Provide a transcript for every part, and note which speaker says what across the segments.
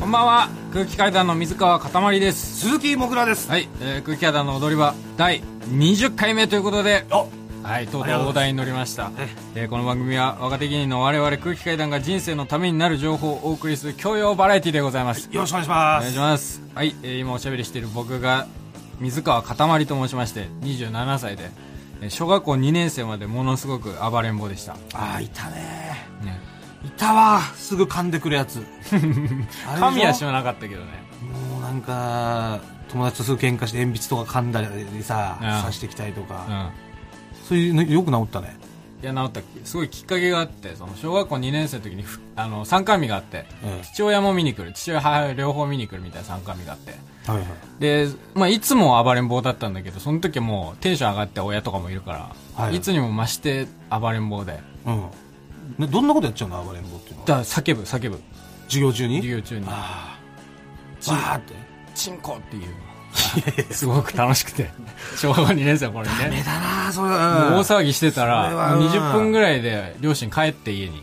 Speaker 1: こんばんは空気階段の水川かたまりです
Speaker 2: 鈴木もぐらです
Speaker 1: はい、えー空気階段の踊り場第20回目ということで
Speaker 2: あ
Speaker 1: はい、とう
Speaker 2: あり
Speaker 1: と
Speaker 2: が
Speaker 1: う
Speaker 2: とう
Speaker 1: お
Speaker 2: ござ
Speaker 1: 題に乗りました、えーこの番組は若手芸人の我々空気階段が人生のためになる情報をお送りする教養バラエティでございます
Speaker 2: よろしくお願いし
Speaker 1: お
Speaker 2: ま
Speaker 1: 願い
Speaker 2: す
Speaker 1: しますはい、えー今おしゃべりしている僕が水川かたまりと申しまして27歳でえー小学校2年生までものすごく暴れん坊でした、
Speaker 2: ああいたね
Speaker 1: ね、
Speaker 2: いたわすぐ噛んでくるやつあれでし ょ
Speaker 1: 神はしはなかったけどね
Speaker 2: もうなんか友達とすぐ喧嘩して鉛筆とか噛んだりさ、
Speaker 1: うん
Speaker 2: 刺してきたりと
Speaker 1: う
Speaker 2: か、
Speaker 1: ん
Speaker 2: そういうのよく治ったね
Speaker 1: いや治ったっけすごいきっかけがあってその小学校2年生の時にふあの参観日があって、
Speaker 2: うん
Speaker 1: 父親も見に来る父親母親両方見に来るみたいな参観日があって
Speaker 2: はいはい
Speaker 1: で、まあ、いつも暴れん坊だったんだけどその時はもうテンション上がって親とかもいるから、
Speaker 2: はい
Speaker 1: い、つにも増して暴れん坊で
Speaker 2: うんねどんなことやっちゃうの暴れん坊っていうのは
Speaker 1: だ叫ぶ叫ぶ
Speaker 2: 授業中に
Speaker 1: 授業中に
Speaker 2: ああバーって
Speaker 1: 「チンコ!」っていうすごく楽しく て小学校2年生の頃にね
Speaker 2: だなそれ
Speaker 1: もう大
Speaker 2: は
Speaker 1: 騒ぎしてた
Speaker 2: それは
Speaker 1: ら
Speaker 2: うん
Speaker 1: 20分ぐらいで両親帰って家に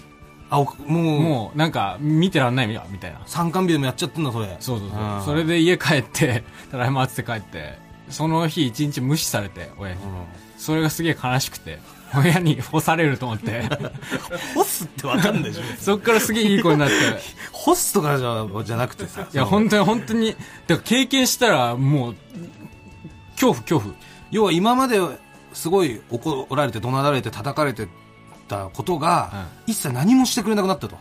Speaker 2: あおもう
Speaker 1: もうなんか見てらんないよみたいな
Speaker 2: 参観日でもやっちゃってんだそれ
Speaker 1: そうそうそううんそれで家帰って ただいまっつって帰ってその日一日無視されて親に
Speaker 2: ん
Speaker 1: それがすげえ悲しくて 親に干されると思って
Speaker 2: 干すってわかんないでしょ
Speaker 1: そっからすげえいい子に なって
Speaker 2: 干すとかじゃじゃなくてさ
Speaker 1: いや本当に本当にだから経験したらもう恐怖恐怖
Speaker 2: 要は今まですごい怒られて怒鳴られて叩かれてたことが、一切何もしてくれなくなったと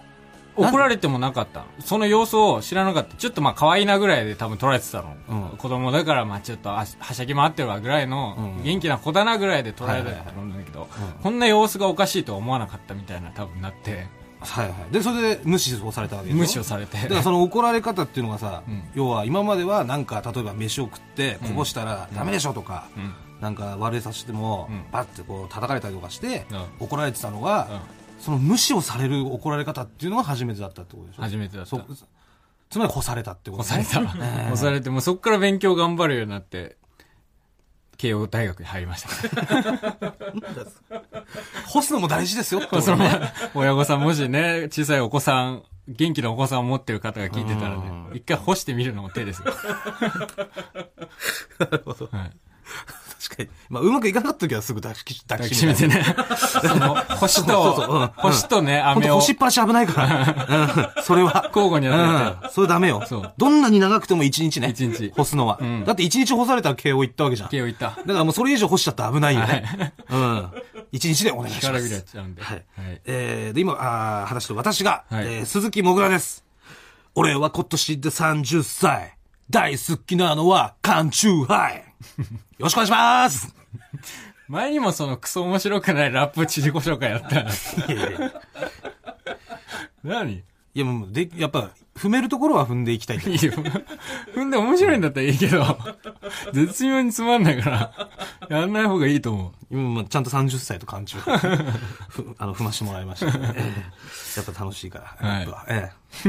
Speaker 1: 怒られてもなかったその様子を知らなかったちょっとまあ可愛いなぐらいで多分捉えてたの、
Speaker 2: うん
Speaker 1: 子供だからまあちょっとあはしゃぎ回ってるわぐらいの、
Speaker 2: うん
Speaker 1: 元気な子だなぐらいで捉えて
Speaker 2: はい
Speaker 1: た
Speaker 2: はい
Speaker 1: と思うんだけど、
Speaker 2: うん
Speaker 1: こんな様子がおかしいとは思わなかったみたいな多分なって
Speaker 2: はいはいでそれで無視をされたわけでしょ
Speaker 1: 無視をされて
Speaker 2: だからその怒られ方っていうのがさ、
Speaker 1: うん
Speaker 2: 要は今まではなんか例えば飯を食ってこぼしたらダメでしょとか、
Speaker 1: うん
Speaker 2: なんか悪いさせても、
Speaker 1: うん
Speaker 2: バッてこう叩かれたりとかして、
Speaker 1: う
Speaker 2: 怒られてたのが、その無視をされる怒られ方っていうのが初めてだったってことでしょ
Speaker 1: 初めてだった
Speaker 2: そつまり干されたってこと
Speaker 1: 押された押されてもうそこから勉強頑張るようになって慶応大学に入りま した
Speaker 2: 干すのも大事ですよってことね
Speaker 1: その親御さんもしね小さいお子さん元気なお子さんを持ってる方が聞いてたらね一回干してみるのも手ですよ
Speaker 2: なるほど
Speaker 1: はい
Speaker 2: 確かに。まあ、うまくいかなかった時はすぐ抱き 抱
Speaker 1: 抱
Speaker 2: き
Speaker 1: き
Speaker 2: し
Speaker 1: し
Speaker 2: め
Speaker 1: め
Speaker 2: て。
Speaker 1: てね その星と
Speaker 2: そうそうそううん
Speaker 1: 星とね
Speaker 2: 本
Speaker 1: 飴
Speaker 2: 当
Speaker 1: を
Speaker 2: 干しっ
Speaker 1: 交
Speaker 2: ぱなし危ない から。うん。それは。
Speaker 1: 互にやって
Speaker 2: うん。それダメよ。
Speaker 1: そう
Speaker 2: どんなに長くても一日ね。
Speaker 1: 一日
Speaker 2: 干すのは。
Speaker 1: ん
Speaker 2: だって一日干されたら慶応行ったわけじゃん。
Speaker 1: 慶応行った
Speaker 2: だからもうそれ以上干しちゃったら危ないよね。うん。一日でお願いし
Speaker 1: ガ
Speaker 2: ま
Speaker 1: ラビラやっ
Speaker 2: す。
Speaker 1: ちゃうんで
Speaker 2: はい
Speaker 1: はい
Speaker 2: えー、で、今、あー話して私が、
Speaker 1: はい
Speaker 2: えー鈴木もぐらです。俺は今年で30歳。大好きなのは、缶チューハイ。よろしくお願いします。
Speaker 1: 前にもそのクソ面白くないラップ自己紹介やったな
Speaker 2: いやいや
Speaker 1: 何
Speaker 2: いや、もう、で、やっぱ、踏めるところは踏んでいき たい。
Speaker 1: いいよ。踏んで面白いんだったらいいけど、絶妙につまんないから、やんない方がいいと思
Speaker 2: 今もちゃんと30歳と勘違い。 ふあの、踏ましてもらいました、ね。ええやっぱ楽しいから。
Speaker 1: はい
Speaker 2: ラップはええ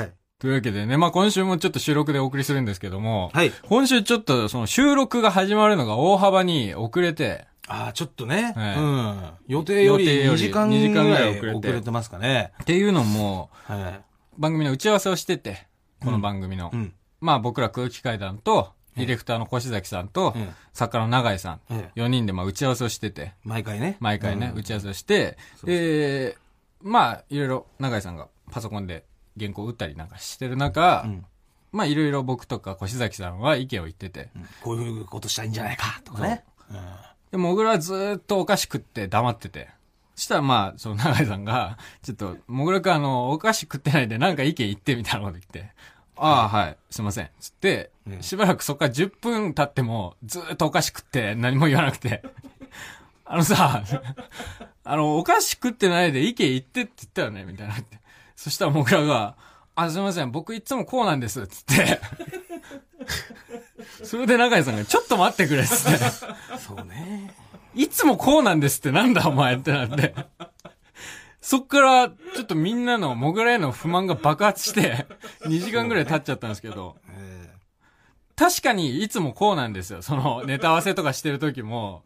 Speaker 2: はい。
Speaker 1: う。というわけでね、まあ今週もちょっと収録でお送りするんですけども、
Speaker 2: はい
Speaker 1: 今週ちょっとその収録が始まるのが大幅に遅れて、
Speaker 2: ああ、ちょっとね、
Speaker 1: はい
Speaker 2: うん。予定より
Speaker 1: 予定よ
Speaker 2: 2
Speaker 1: り
Speaker 2: 時間
Speaker 1: 2
Speaker 2: ぐ
Speaker 1: 時間ぐ
Speaker 2: ら
Speaker 1: ら
Speaker 2: い
Speaker 1: い遅れて
Speaker 2: 遅れてますかね。
Speaker 1: っていうのも、
Speaker 2: は
Speaker 1: 番組の打ち合わせをしてて、この番組の。
Speaker 2: い。うん。
Speaker 1: まあ僕ら空気階段と、ディレクターの越崎さんと、
Speaker 2: うん
Speaker 1: 作家の永井さん、
Speaker 2: ええ
Speaker 1: 4人でまあ打ち合わせをしてて、
Speaker 2: 毎回ね。
Speaker 1: 毎回ね、
Speaker 2: うん
Speaker 1: 打ち合わせをして、で、まあ、いろいろ、永井さんがパソコンで原稿を打ったりなんかしてる中、
Speaker 2: ん
Speaker 1: まあ、いろいろ僕とか越崎さんは意見を言ってて、
Speaker 2: こういうことしたらいいんじゃないか、とかね。
Speaker 1: で、もぐらはずーっとお菓子食って黙ってて、そしたらまあ、その永井さんが、ちょっと、もぐらくんあの、お菓子食ってないんでなんか意見言ってみたいなこと言って、ああ、はい、すいません。つって、
Speaker 2: うん
Speaker 1: しばらくそっから10分経っても、ずーっとお菓子食って何も言わなくて、 あのさ、あの、お菓子食ってないで意見言ってって言ったよねみたいなって。そしたらもぐらが、あ、すいません、僕いつもこうなんです、つって。それで永井さんが、ちょっと待ってくれ、つって。
Speaker 2: そうね。
Speaker 1: いつもこうなんですってなんだお前ってなって。そっから、ちょっとみんなの、モグラへの不満が爆発して、2時間ぐらい経っちゃったんですけど、
Speaker 2: ええ
Speaker 1: 確かにいつもこうなんですよ。その、ネタ合わせとかしてる時も。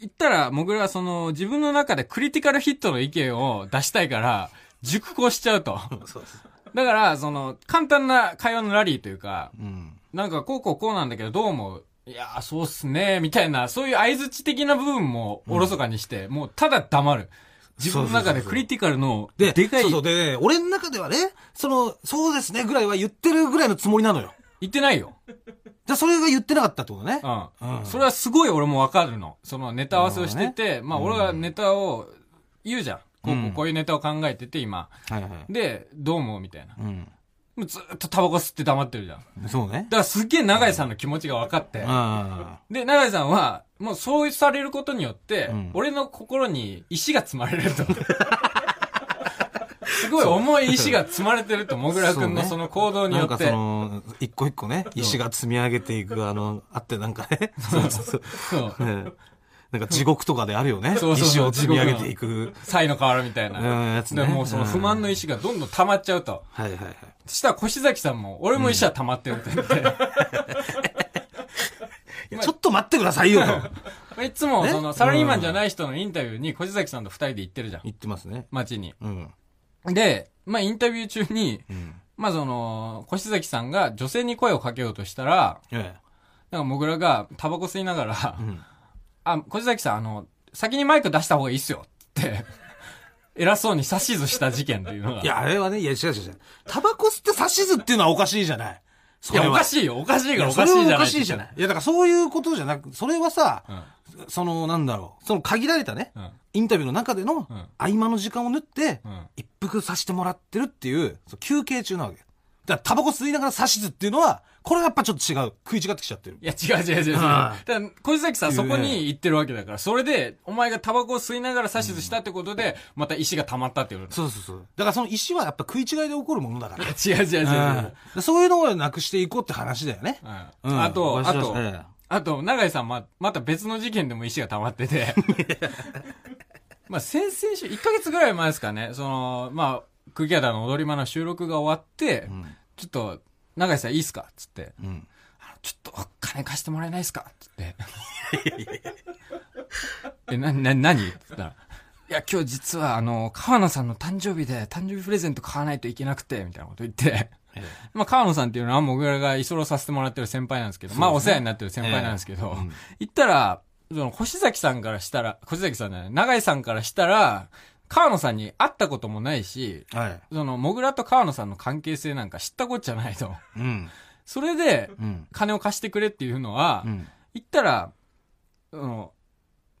Speaker 1: 言ったら、モグラはその、自分の中でクリティカルヒットの意見を出したいから、熟考しちゃうと。
Speaker 2: そうです。
Speaker 1: だから、その、簡単な会話のラリーというか、
Speaker 2: うん。
Speaker 1: なんかこうこうこうなんだけどどう思ういやー、そうっすね、みたいな、そういう相づち的な部分もおろそかにして、もうただ黙る。自分の中でクリティカルの、
Speaker 2: で、
Speaker 1: で
Speaker 2: で
Speaker 1: かい、
Speaker 2: そうそう、で、俺の中ではね、その、そうですねぐらいは言ってるぐらいのつもりなのよ。
Speaker 1: 言ってないよ。
Speaker 2: じゃあそれが言ってなかったってことね。
Speaker 1: うん。
Speaker 2: うん
Speaker 1: それはすごい俺もわかるの。そのネタ合わせをしてて、まあ俺はネタを言うじゃん。こうこ
Speaker 2: う
Speaker 1: うんこういうネタを考えてて今。
Speaker 2: はいはい。
Speaker 1: で、どう思うみたいな。
Speaker 2: う
Speaker 1: もうずっとタバコ吸って黙ってるじゃん。だか
Speaker 2: ん。そうね。
Speaker 1: らすっげえ永井さんの気持ちが分かって。
Speaker 2: あ
Speaker 1: で、永井さんは、もうそうされることによって、
Speaker 2: うん
Speaker 1: 俺の心に石が積まれる と。すごい重い石が積まれてると、もぐらくんの
Speaker 2: そうね
Speaker 1: その行動
Speaker 2: あ。
Speaker 1: に
Speaker 2: な
Speaker 1: よ
Speaker 2: ん
Speaker 1: っ
Speaker 2: か
Speaker 1: て。
Speaker 2: その、一個一個ね、石が積み上げていく、あの、あってなんかね。そうそうそう。
Speaker 1: そう
Speaker 2: うんなんか地獄とかであるよね。
Speaker 1: そうそうそう
Speaker 2: 石を積み上げていく。
Speaker 1: 才の瓦みたいな。
Speaker 2: うんやつね
Speaker 1: でもうその不満の石がどんどん溜まっちゃうと。
Speaker 2: はいはいはい。
Speaker 1: そしたら越崎さんも、俺も石は溜 まってるって言って。
Speaker 2: いやちょっと待ってくださいよと。
Speaker 1: いつも、
Speaker 2: ね
Speaker 1: その、サラリーマンじゃない人のインタビューに、越崎さんと二人で行ってるじゃん。
Speaker 2: 言ってますね。
Speaker 1: 街に。
Speaker 2: うん。
Speaker 1: で、まあ、インタビュー中に、
Speaker 2: うん。
Speaker 1: まあ、その、越崎さんが女性に声をかけようとしたら、
Speaker 2: え
Speaker 1: なんか、もぐらが、タバコ吸いながら
Speaker 2: え。う、ん。
Speaker 1: あ、越崎さん、あの、先にマイク出した方がいいっすよ、って、偉そうに指図した事件というのが。
Speaker 2: いや、あれはね、いや、違う違う違う。タバコ吸って指し図っていうのはおかしいじゃない。そ
Speaker 1: いや、おか
Speaker 2: い
Speaker 1: しいよ、おかしい
Speaker 2: い
Speaker 1: か
Speaker 2: や
Speaker 1: らお
Speaker 2: それ
Speaker 1: かしいじゃない。
Speaker 2: はおかしいじゃない。。いや、だからそういうことじゃなく、それはさ、
Speaker 1: うん。
Speaker 2: その、なんだろう。その限られたね、
Speaker 1: うん。
Speaker 2: インタビューの中での
Speaker 1: うん
Speaker 2: 合間の時間を縫って、
Speaker 1: うん。
Speaker 2: 一服させてもらってるっていう、そう休憩中なわけ。だからタバコ吸いながら指し図っていうのは、これはやっぱちょっと違う。食い違ってきちゃってる。
Speaker 1: いや、違う違う違う違う。
Speaker 2: う
Speaker 1: だ
Speaker 2: ん
Speaker 1: から小崎さん
Speaker 2: い
Speaker 1: は
Speaker 2: う
Speaker 1: そこに行ってるわけだから、それで、お前がタバコを吸いながら指図したってことで、また石が溜まったってこと
Speaker 2: そうそうそう。だからその石はやっぱ食い違いで起こるものだから。
Speaker 1: だ。いや違う違う違う違う。
Speaker 2: うんそういうのをなくしていこうって話だよね。
Speaker 1: うんあと、あと、
Speaker 2: え
Speaker 1: あと、永井さんま、また別の事件でも石が溜まって て。まあ、先々週、1ヶ月ぐらい前ですかね、その、まあ、クギャダの踊り場の収録が終わって、
Speaker 2: えうん
Speaker 1: ちょっと、永井さんいいっすかつって、
Speaker 2: うん
Speaker 1: あのちょっと、お金貸してもらえないっすかつって。 え、な、な、何って言ったら。いや、今日実は、あの、川野さんの誕生日で、誕生日プレゼント買わないといけなくて、みたいなこと言って。
Speaker 2: ええ
Speaker 1: まあ、川野さんっていうのは、もぐらが居候させてもらってる先輩なんですけど、
Speaker 2: そうですね
Speaker 1: まあ、お世話になってる先輩なんですけど、
Speaker 2: ええうん
Speaker 1: 言ったら、その、星崎さんからしたら、星崎さんじゃない、長井さんからしたら、川野さんに会ったこともないし、
Speaker 2: はい。
Speaker 1: その、もぐらと川野さんの関係性なんか知ったことじゃないと。
Speaker 2: うん。
Speaker 1: それで、
Speaker 2: うん。
Speaker 1: 金を貸してくれっていうのは、
Speaker 2: うん。
Speaker 1: 言ったら、その、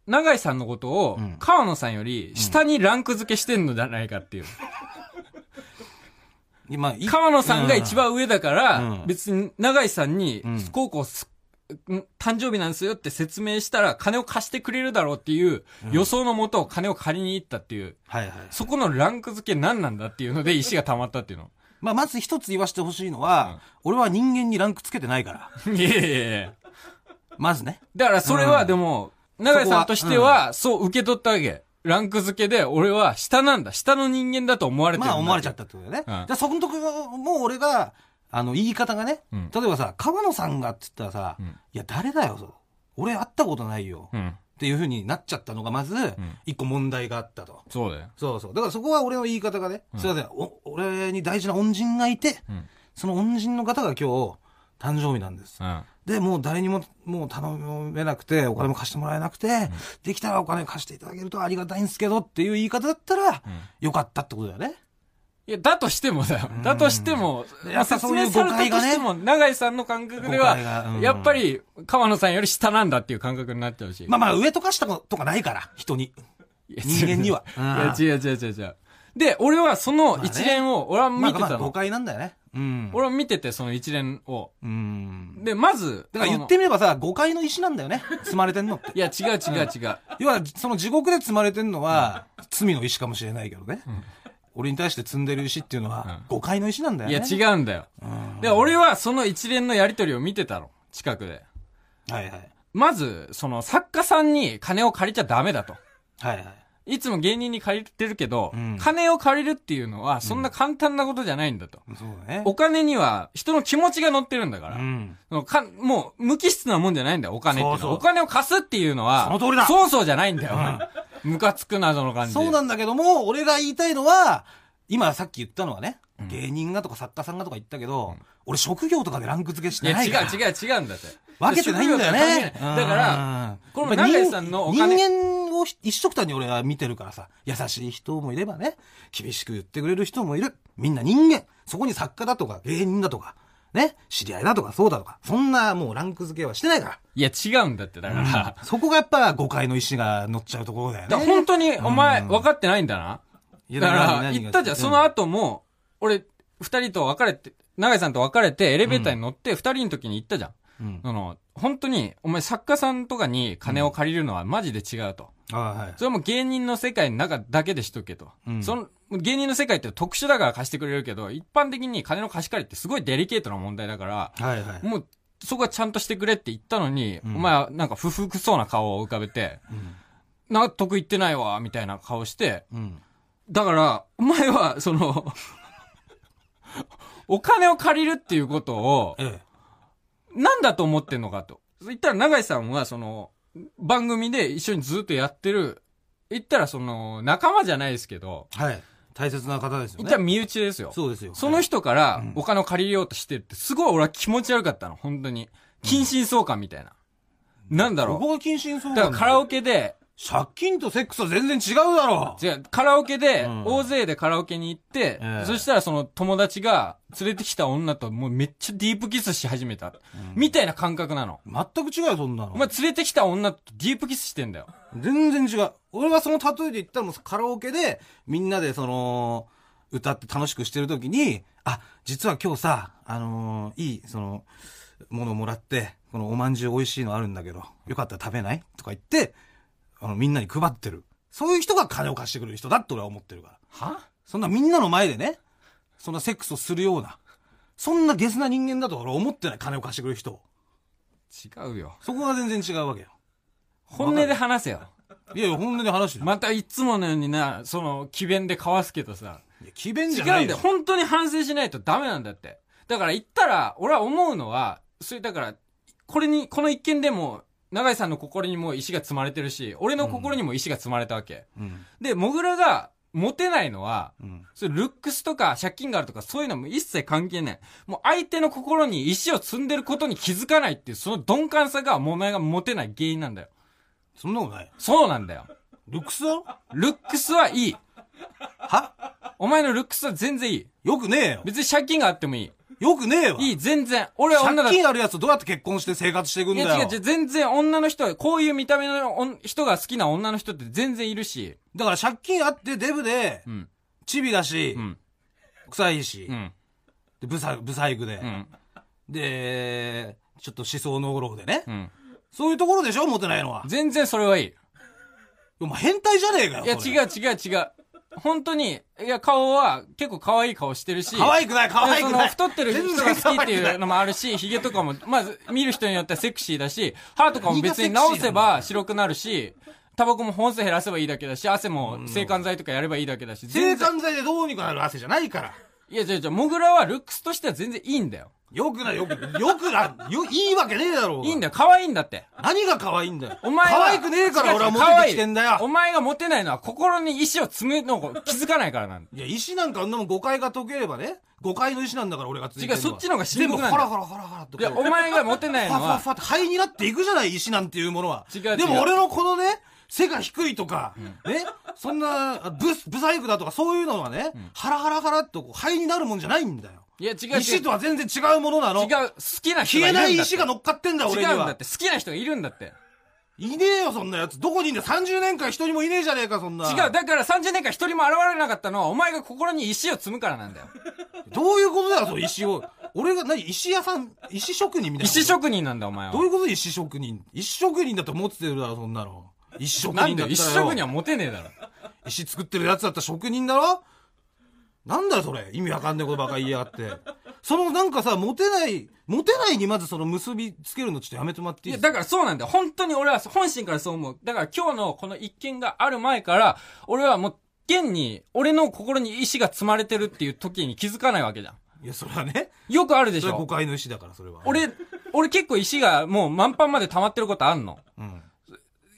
Speaker 1: 長井さんのことを
Speaker 2: うん、
Speaker 1: 川野さんより下にランク付けしてんのじゃないかっていう。
Speaker 2: 今、い
Speaker 1: 川野さんが一番上だから、
Speaker 2: うん
Speaker 1: 別に永井さんに
Speaker 2: うん、
Speaker 1: 高校す、ん誕生日なんですよって説明したら金を貸してくれるだろうっていう予想のもと金を借りに行ったっていう、
Speaker 2: はいはい。
Speaker 1: そこのランク付け何なんだっていうので石が溜まったっていうの。
Speaker 2: まあ、まず一つ言わせてほしいのは、俺は人間にランクつけて ないから。
Speaker 1: いやいやいや
Speaker 2: まずね。
Speaker 1: だからそれはでも、永井さんとして
Speaker 2: そこは
Speaker 1: はそう受け取ったわけ。ランク付けで俺は下なんだ。下の人間だと思われてるん
Speaker 2: ま
Speaker 1: だ。
Speaker 2: あ、思われちゃったってことだよね。
Speaker 1: うん
Speaker 2: じゃあそこのところも俺が、あの、言い方がね、
Speaker 1: うん
Speaker 2: 例えばさ、川野さんがって言ったらさ、
Speaker 1: うん
Speaker 2: いや、誰だよ、そう俺会ったことないよ、
Speaker 1: う
Speaker 2: っ
Speaker 1: ん。
Speaker 2: ていうふうになっちゃったのが、まず、一個問題があったと。
Speaker 1: そうだよ。
Speaker 2: そうそう。だからそこは俺の言い方がね、
Speaker 1: うん
Speaker 2: すいません、お、俺に大事な恩人がいて、
Speaker 1: うん。
Speaker 2: その恩人の方が今日、誕生日なんです。
Speaker 1: うん。
Speaker 2: で、もう誰にも、もう頼めなくて、お金も貸してもらえなくて、できたらお金貸していただけるとありがたいんですけどっていう言い方だったら、
Speaker 1: うん
Speaker 2: よかったってことだよね。
Speaker 1: いや、だとしてもだよ
Speaker 2: ん。
Speaker 1: だとしても、
Speaker 2: や
Speaker 1: まあ
Speaker 2: っぱ
Speaker 1: 説
Speaker 2: そういう
Speaker 1: 明
Speaker 2: 誤
Speaker 1: され
Speaker 2: 解
Speaker 1: た
Speaker 2: が
Speaker 1: と
Speaker 2: ね
Speaker 1: しても、永井さんの感覚で
Speaker 2: 誤解が
Speaker 1: は
Speaker 2: う、ん
Speaker 1: やっぱり、川野さんより下なんだっていう感覚になっちゃうし。
Speaker 2: まあまあ、上とか下とかないから、人に。
Speaker 1: いや
Speaker 2: 人間には。うん
Speaker 1: 違う。いや、違う違う違う違う。で、俺はその一連を、俺は
Speaker 2: まあ
Speaker 1: 見て
Speaker 2: まあ、
Speaker 1: た
Speaker 2: 誤
Speaker 1: の。
Speaker 2: 解なんだよね。うん。
Speaker 1: 俺は見てて、その一連を。
Speaker 2: うん。
Speaker 1: で、まず、
Speaker 2: だから言っ
Speaker 1: そ
Speaker 2: てみればさ、誤解の石なんだよね。積まれてん のって。
Speaker 1: のいや、違う違う違う。
Speaker 2: 要は、その地獄で積まれてんのは、罪の石かもしれないけどね。俺に対して積んでる石っていうのは、誤解の石なんだよ
Speaker 1: い
Speaker 2: ね。
Speaker 1: や、違
Speaker 2: う。
Speaker 1: うんだよ。で、俺はその一連のやりとりを見てたの。近くで。
Speaker 2: はいはい。
Speaker 1: まず、その作家さんに金を借りちゃダメだと。
Speaker 2: はいはい。
Speaker 1: いつも芸人に借りてるけど、
Speaker 2: うん
Speaker 1: 金を借りるっていうのは、そんな簡単なことじゃないんだと。
Speaker 2: そうだね。
Speaker 1: お金には、人の気持ちが乗ってるんだから。
Speaker 2: うん。
Speaker 1: そのかもう、無機質なもんじゃないんだよ、お金っていうのは。
Speaker 2: そうそう
Speaker 1: お金を貸すっていうのは、
Speaker 2: その通りだ
Speaker 1: そうそうじゃないんだよ。ムカつくな、その感じ。
Speaker 2: そうなんだけども、俺が言いたいのは、今さっき言ったのはね、芸人がとか作家さんがとか言ったけど、俺職業とかでランク付けし
Speaker 1: い
Speaker 2: て
Speaker 1: や、
Speaker 2: ない
Speaker 1: 違
Speaker 2: から。
Speaker 1: う違う違うんだって。
Speaker 2: 分けてないんだよね
Speaker 1: 職業。とは関係ないだから、
Speaker 2: うん
Speaker 1: この長井さんのお金
Speaker 2: 人間を一緒くたに俺は見てるからさ、優しい人もいればね、厳しく言ってくれる人もいる。みんな人間。そこに作家だとか芸人だとか、ね、知り合いだとかそうだとか、そんなもうランク付けはしてないか
Speaker 1: いや、違うんだって、だから。
Speaker 2: ら。そこがやっぱ誤解の石が乗っちゃうところだよ
Speaker 1: だから
Speaker 2: ね。
Speaker 1: 本当にお前分かってないんだな。
Speaker 2: いや
Speaker 1: だか
Speaker 2: 何
Speaker 1: ら、
Speaker 2: が
Speaker 1: 言ったじゃん。その後も、俺、二人と別れて、永井さんと別れて、エレベーターに乗って、二人の時に言ったじゃん。
Speaker 2: うん。
Speaker 1: その、本当に、お前作家さんとかに金を借りるのはマジで違うと。
Speaker 2: あはい。
Speaker 1: それはもう芸人の世界の中だけでしとけと。
Speaker 2: うん
Speaker 1: その、芸人の世界って特殊だから貸してくれるけど、一般的に金の貸し借りってすごいデリケートな問題だから、
Speaker 2: はいはい。
Speaker 1: もう、そこはちゃんとしてくれって言ったのに、
Speaker 2: うん
Speaker 1: お前はなんか不服そうな顔を浮かべて、
Speaker 2: うん
Speaker 1: 納得いってないわ、みたいな顔して、
Speaker 2: うん。
Speaker 1: だから、お前は、その、お金を借りるっていうことを、
Speaker 2: ええ。
Speaker 1: なんだと思ってんのかと。言ったら、永井さんは、その、番組で一緒にずっとやってる、言ったら、その、仲間じゃないですけど、
Speaker 2: はい。大切な方ですよ
Speaker 1: 言
Speaker 2: ね。
Speaker 1: ったら身内ですよ。
Speaker 2: そうですよ。
Speaker 1: その人からお金を借りようとしてるって、すごい俺は気持ち悪かったの、本当に。近親相関みたいな。なんだ
Speaker 2: こ
Speaker 1: ろ
Speaker 2: こが謹慎そう
Speaker 1: う。
Speaker 2: なん
Speaker 1: だ
Speaker 2: だ
Speaker 1: か
Speaker 2: よ
Speaker 1: らカラオケで、
Speaker 2: 借金とセックスは全然違うだろ
Speaker 1: 違う、カラオケで、
Speaker 2: うん
Speaker 1: 大勢でカラオケに行って、
Speaker 2: ええ
Speaker 1: そしたらその友達が連れてきた女ともうめっちゃディープキスし始めた。みたいな感覚なの。
Speaker 2: 全く違うよ、そんなの。
Speaker 1: お前連れてきた女とディープキスしてんだよ。
Speaker 2: 全然違う。俺がその例えで言ったらもうカラオケで、みんなでその、歌って楽しくしてる時に、あ、実は今日さ、あのーいい、その、ものをもらって、このおまんじゅう美味しいのあるんだけど、よかったら食べないとか言って、あの、みんなに配ってる。そういう人が金を貸してくれる人だって俺は思ってるから。
Speaker 1: は
Speaker 2: そんなみんなの前でね、そんなセックスをするような、そんなゲスな人間だと俺は思ってない金を貸してくれる人を。
Speaker 1: 違うよ。
Speaker 2: そこが全然違うわけよ。
Speaker 1: 本音で話せよ。
Speaker 2: いやいや、本音で話してる。
Speaker 1: またいつものようにな、その、奇弁でかわすけどさ。
Speaker 2: いや、奇弁
Speaker 1: 違
Speaker 2: じ
Speaker 1: う
Speaker 2: ゃ
Speaker 1: ん
Speaker 2: な
Speaker 1: だ
Speaker 2: い
Speaker 1: よ。
Speaker 2: よ。
Speaker 1: 本当に反省しないとダメなんだって。だから言ったら、俺は思うのは、それだから、これに、この一件でも、永井さんの心にも石が積まれてるし、俺の心にも石が積まれたわけ。
Speaker 2: うん。
Speaker 1: で、モグラがモテないのは、
Speaker 2: うん。
Speaker 1: それルックスとか借金があるとかそういうのも一切関係ない。もう相手の心に石を積んでることに気づかないっていう、その鈍感さがお前がモテない原因なんだよ。
Speaker 2: そんなことない。
Speaker 1: そうなんだよ。
Speaker 2: ルックスだろ
Speaker 1: ルックスはいい。
Speaker 2: は
Speaker 1: お前のルックスは全然いい。
Speaker 2: よくねえよ。
Speaker 1: 別に借金があってもいい。
Speaker 2: よくねえわ。
Speaker 1: いい、全然。俺は
Speaker 2: 借
Speaker 1: 女だって
Speaker 2: 金あるやつとどうやって結婚して生活していく
Speaker 1: い
Speaker 2: んだ
Speaker 1: や違
Speaker 2: よ
Speaker 1: う違う、。全然女の人は、こういう見た目の女人が好きな女の人って全然いるし。
Speaker 2: だから借金あってデブで
Speaker 1: う、ん。
Speaker 2: チビだし
Speaker 1: う、ん。
Speaker 2: 臭いし
Speaker 1: う、ん。
Speaker 2: でブサ、ブサイクで
Speaker 1: う、ん。
Speaker 2: で、ちょっと思想のろうでね
Speaker 1: う。ん。
Speaker 2: そういうところでしょモテないのは。
Speaker 1: 全然それはいい。
Speaker 2: お前変態じゃねえかよ。
Speaker 1: いや、
Speaker 2: それ
Speaker 1: 違う違う違う。本当に、いや、顔は結構可愛い顔してるし。
Speaker 2: 可愛くない、
Speaker 1: い
Speaker 2: 可
Speaker 1: や
Speaker 2: 愛
Speaker 1: そ
Speaker 2: く
Speaker 1: の
Speaker 2: ない。
Speaker 1: 太ってる人が
Speaker 2: 全然可
Speaker 1: 好
Speaker 2: 愛
Speaker 1: き
Speaker 2: く
Speaker 1: って
Speaker 2: ないいう
Speaker 1: のもあるし、髭とかも、まず見る人によってはセクシーだし、歯とかも別に直せば白くなるし、タバコも本数減らせばいいだけだし、汗も制汗剤とかやればいいだけだし、
Speaker 2: 生
Speaker 1: 全然。
Speaker 2: 産剤でどうにかなる汗じゃないから。
Speaker 1: いや、違う違う、モグラはルックスとしては全然いいんだよ。
Speaker 2: よくない、よく、よくない、よ、いいわけねえだろ。
Speaker 1: いいんだよ、可愛いんだって。
Speaker 2: 何が可愛いんだよ。
Speaker 1: お前は
Speaker 2: 可愛くねえから俺はモテてきてんだ
Speaker 1: 可愛いお
Speaker 2: よ。
Speaker 1: 前がモテないのは心に石を積むのを気づかないからなんだ。
Speaker 2: いや、石なんかあんなもん誤解が解ければね、誤解の石なんだから俺がついてる
Speaker 1: 違うそっちの方が深刻なんだ
Speaker 2: 全部ほらほらほらほらって。
Speaker 1: いや、お
Speaker 2: フ
Speaker 1: 前がモテない
Speaker 2: ァ
Speaker 1: の
Speaker 2: ファ
Speaker 1: は
Speaker 2: フ、ァって灰になっていくじゃない、石なんていうものは。
Speaker 1: 違う違う
Speaker 2: でも俺のこのね、背が低いとか、ね、そんな、あブス、ブサイクだとかそういうのはね、ハラハラハラっとこう灰になるもんじゃないんだよ。
Speaker 1: いや、違う違う。
Speaker 2: 石とは全然違うものなの。
Speaker 1: 違う、好きな人
Speaker 2: 消
Speaker 1: がいる
Speaker 2: え
Speaker 1: んだ
Speaker 2: な
Speaker 1: って。
Speaker 2: い石が乗っかってんだ、俺に
Speaker 1: 違うんだっ
Speaker 2: は。
Speaker 1: て、好きな人がいるんだって。
Speaker 2: いねえよ、そんなやつ。どこにいんだよ ?30 年間人にもいねえじゃねえか、そんな。
Speaker 1: 違う、だから30年間一人も現れなかったのは、お前が心に石を積むからなんだよ。
Speaker 2: どういうことだよ、その石を。俺が、何、石屋さん、石職人みたいな。
Speaker 1: 石職人なんだ、お前は。
Speaker 2: どういうこと石職人。石職人だと思ってるだろ、そんなの。石職人だ
Speaker 1: な
Speaker 2: ったら
Speaker 1: ん
Speaker 2: よ。
Speaker 1: だよ、石職人はモテねえだろ。
Speaker 2: 石作ってるやつだったら職人だろなんだよ、それ。意味わかんねえことばっか言いやがって。その、なんかさ、モテない、モテないにまずその結びつけるのちょっとやめてもらって
Speaker 1: い
Speaker 2: いい
Speaker 1: や、だからそうなんだよ。本当に俺は、本心からそう思う。だから今日のこの一件がある前から、俺はもう、現に、俺の心に石が積まれてるっていう時に気づかないわけじゃん。
Speaker 2: いや、それはね。
Speaker 1: よくあるでし
Speaker 2: それは誤
Speaker 1: ょ。
Speaker 2: 解の石だから、それは。、
Speaker 1: 俺、俺結構石がもう満帆まで溜まってることあんの。
Speaker 2: うん。